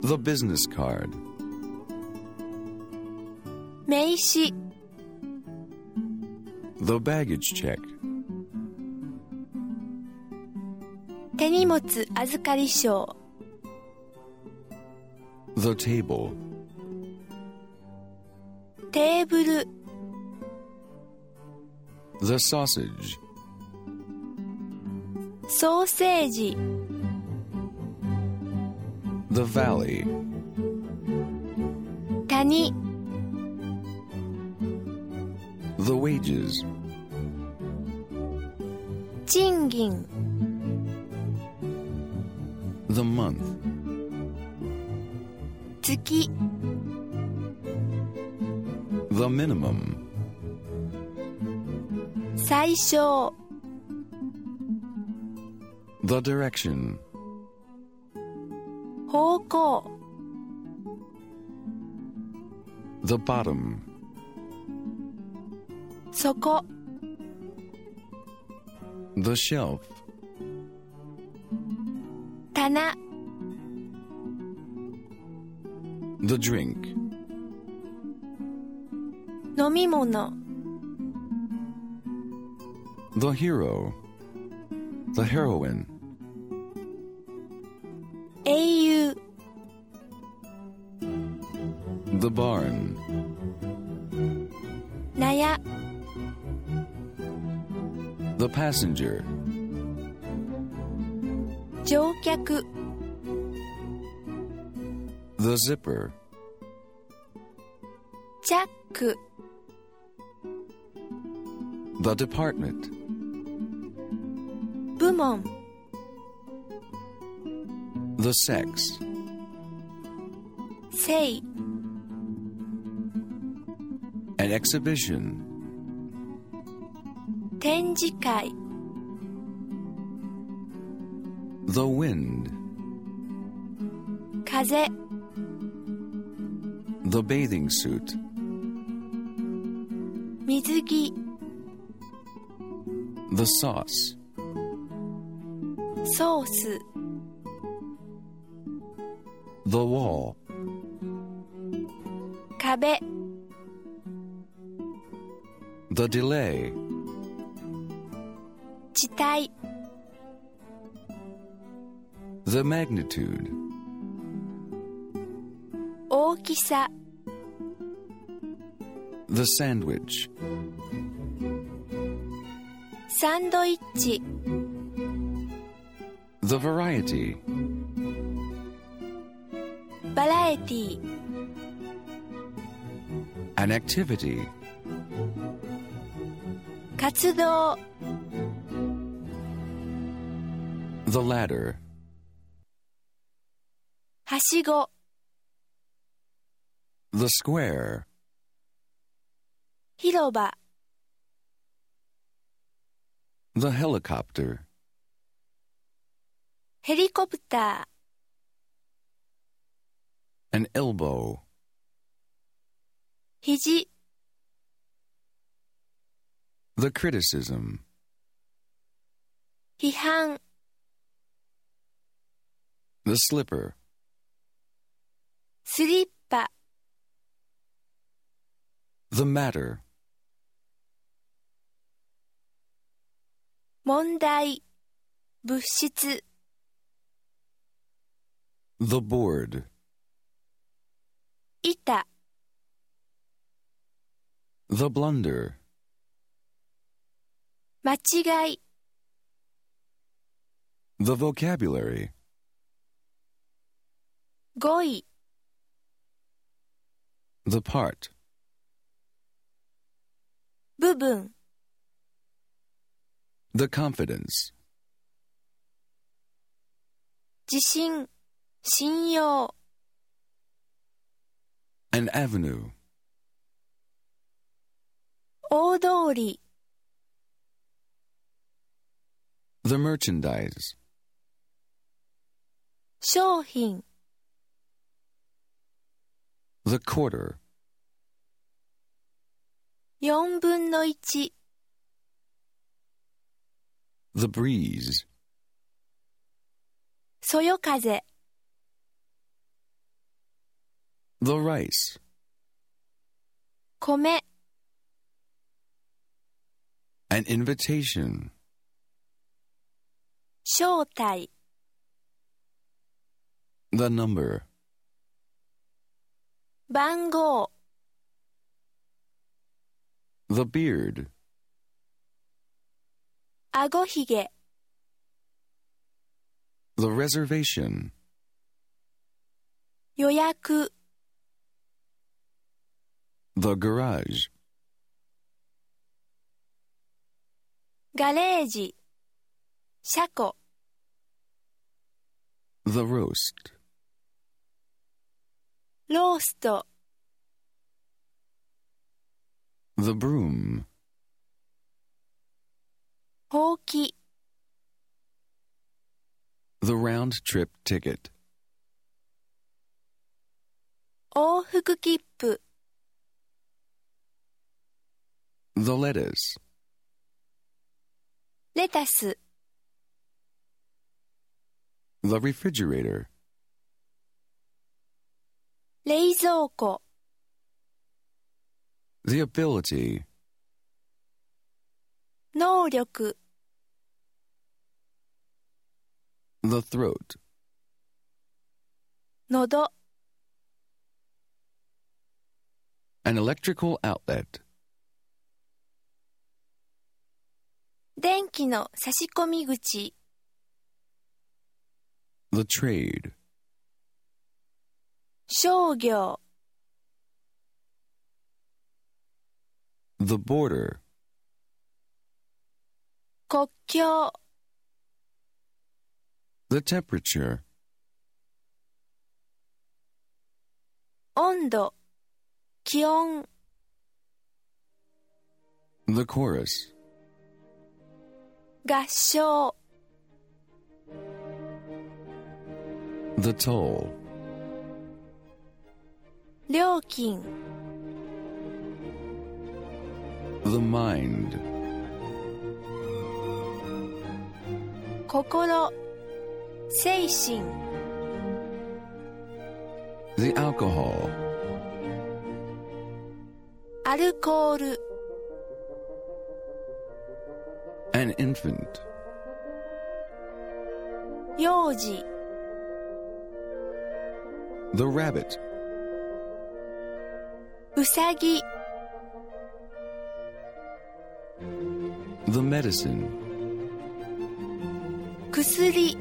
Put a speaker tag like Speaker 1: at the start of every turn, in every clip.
Speaker 1: The business card.
Speaker 2: 名刺
Speaker 1: The baggage check.
Speaker 2: 手荷物預かり証
Speaker 1: The table.
Speaker 2: テーブル
Speaker 1: The sausage.
Speaker 2: ソーセージ
Speaker 1: The valley.
Speaker 2: 谷
Speaker 1: The wages.
Speaker 2: 賃金
Speaker 1: The month.
Speaker 2: 月
Speaker 1: The minimum.
Speaker 2: 最小
Speaker 1: The direction.
Speaker 2: 方向
Speaker 1: The bottom.
Speaker 2: 底
Speaker 1: The shelf.
Speaker 2: 棚
Speaker 1: The drink.
Speaker 2: 飲み物
Speaker 1: The hero. The heroine.
Speaker 2: 英雄
Speaker 1: The barn.
Speaker 2: 納屋
Speaker 1: The passenger.
Speaker 2: 乗客
Speaker 1: The zipper.
Speaker 2: チャック
Speaker 1: The department.
Speaker 2: 部門
Speaker 1: The sex.
Speaker 2: 性
Speaker 1: An exhibition.
Speaker 2: 展示会
Speaker 1: The wind.
Speaker 2: 風
Speaker 1: The bathing suit.
Speaker 2: 水着
Speaker 1: The sauce.
Speaker 2: ソース
Speaker 1: The wall.
Speaker 2: 壁
Speaker 1: The delay.
Speaker 2: 地帯
Speaker 1: The magnitude.
Speaker 2: 大きさ
Speaker 1: The sandwich.
Speaker 2: サンドイッチ
Speaker 1: The variety.
Speaker 2: バラエティー
Speaker 1: An activity.
Speaker 2: 活動
Speaker 1: The ladder.
Speaker 2: はしご
Speaker 1: The square.
Speaker 2: 広場
Speaker 1: The helicopter.
Speaker 2: ヘリコプタ
Speaker 1: An elbow.
Speaker 2: ー肘
Speaker 1: The criticism.
Speaker 2: 批判
Speaker 1: The slipper.
Speaker 2: スリッパ
Speaker 1: The matter.
Speaker 2: 問題物質
Speaker 1: The board.
Speaker 2: 板
Speaker 1: The blunder.
Speaker 2: 間違い
Speaker 1: The vocabulary.
Speaker 2: 語彙
Speaker 1: The part.
Speaker 2: 部分
Speaker 1: The confidence.
Speaker 2: 自信信用
Speaker 1: An avenue.
Speaker 2: 大通り
Speaker 1: The merchandise.
Speaker 2: 商品
Speaker 1: The quarter.
Speaker 2: 4分の1
Speaker 1: The breeze.
Speaker 2: そよ風
Speaker 1: the rice,
Speaker 2: 米
Speaker 1: an invitation,
Speaker 2: 招待
Speaker 1: the number,
Speaker 2: 番号
Speaker 1: the beard,
Speaker 2: あごひげ
Speaker 1: the reservation,
Speaker 2: 予約
Speaker 1: the garage,
Speaker 2: ガレージ車庫
Speaker 1: the roast,
Speaker 2: ロースト
Speaker 1: the broom,
Speaker 2: ほうき
Speaker 1: the round trip ticket,
Speaker 2: 往復切符
Speaker 1: the lettuce,
Speaker 2: レタス
Speaker 1: the refrigerator,
Speaker 2: 冷蔵庫
Speaker 1: the ability,
Speaker 2: 能力
Speaker 1: the throat,
Speaker 2: 喉
Speaker 1: an electrical outlet,
Speaker 2: 電気の差し込み口
Speaker 1: the trade,
Speaker 2: 商業
Speaker 1: the border,
Speaker 2: 国境
Speaker 1: the temperature,
Speaker 2: 温度気温
Speaker 1: the chorus.
Speaker 2: 合唱
Speaker 1: The toll,
Speaker 2: 料金
Speaker 1: the mind,
Speaker 2: 心精神
Speaker 1: the alcohol,
Speaker 2: アルコール
Speaker 1: an infant,
Speaker 2: 幼児
Speaker 1: the rabbit,
Speaker 2: うさぎ
Speaker 1: the medicine,
Speaker 2: 薬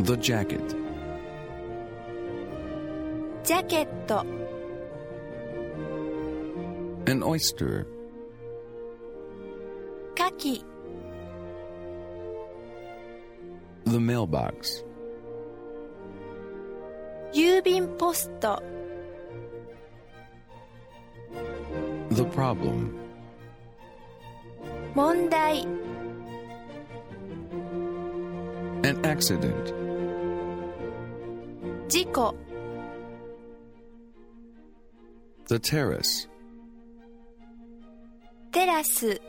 Speaker 1: the jacket,
Speaker 2: ジャケット
Speaker 1: an oyster,
Speaker 2: カキ
Speaker 1: the mailbox,
Speaker 2: 郵便ポスト
Speaker 1: the problem,
Speaker 2: 問題
Speaker 1: an accident,
Speaker 2: 事故
Speaker 1: the terrace,
Speaker 2: テラス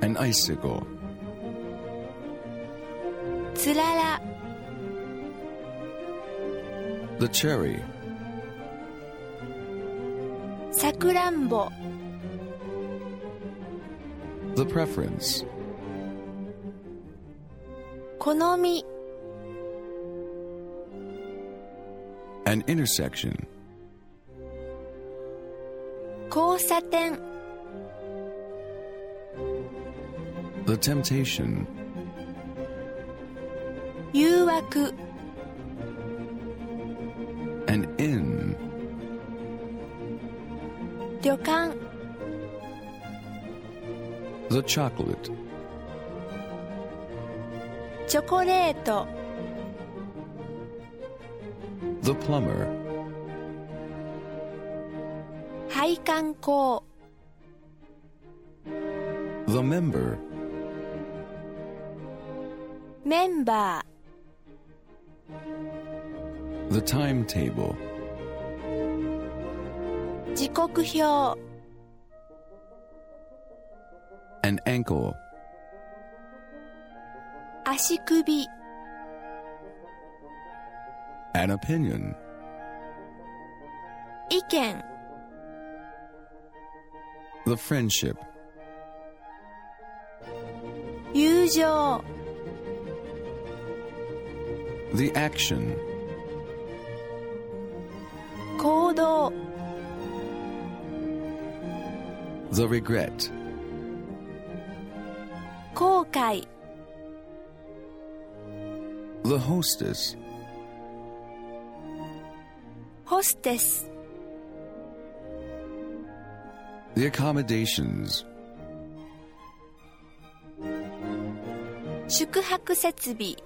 Speaker 1: an icicle,
Speaker 2: つらら
Speaker 1: the cherry,
Speaker 2: さくらんぼ
Speaker 1: the preference,
Speaker 2: 好み
Speaker 1: an intersection,
Speaker 2: 交差点
Speaker 1: the temptation,
Speaker 2: 誘惑
Speaker 1: an inn,
Speaker 2: 旅館
Speaker 1: the chocolate,
Speaker 2: チョコレート
Speaker 1: the plumber,
Speaker 2: 配管工
Speaker 1: the member,
Speaker 2: メンバ
Speaker 1: the timetable,
Speaker 2: ー時刻表
Speaker 1: an ankle,
Speaker 2: 足足首
Speaker 1: an opinion,
Speaker 2: 意見
Speaker 1: the friendship,
Speaker 2: 友情
Speaker 1: the action,
Speaker 2: 行動
Speaker 1: the regret,
Speaker 2: 後悔
Speaker 1: the hostess,
Speaker 2: ホステス
Speaker 1: the accommodations,
Speaker 2: 宿泊設備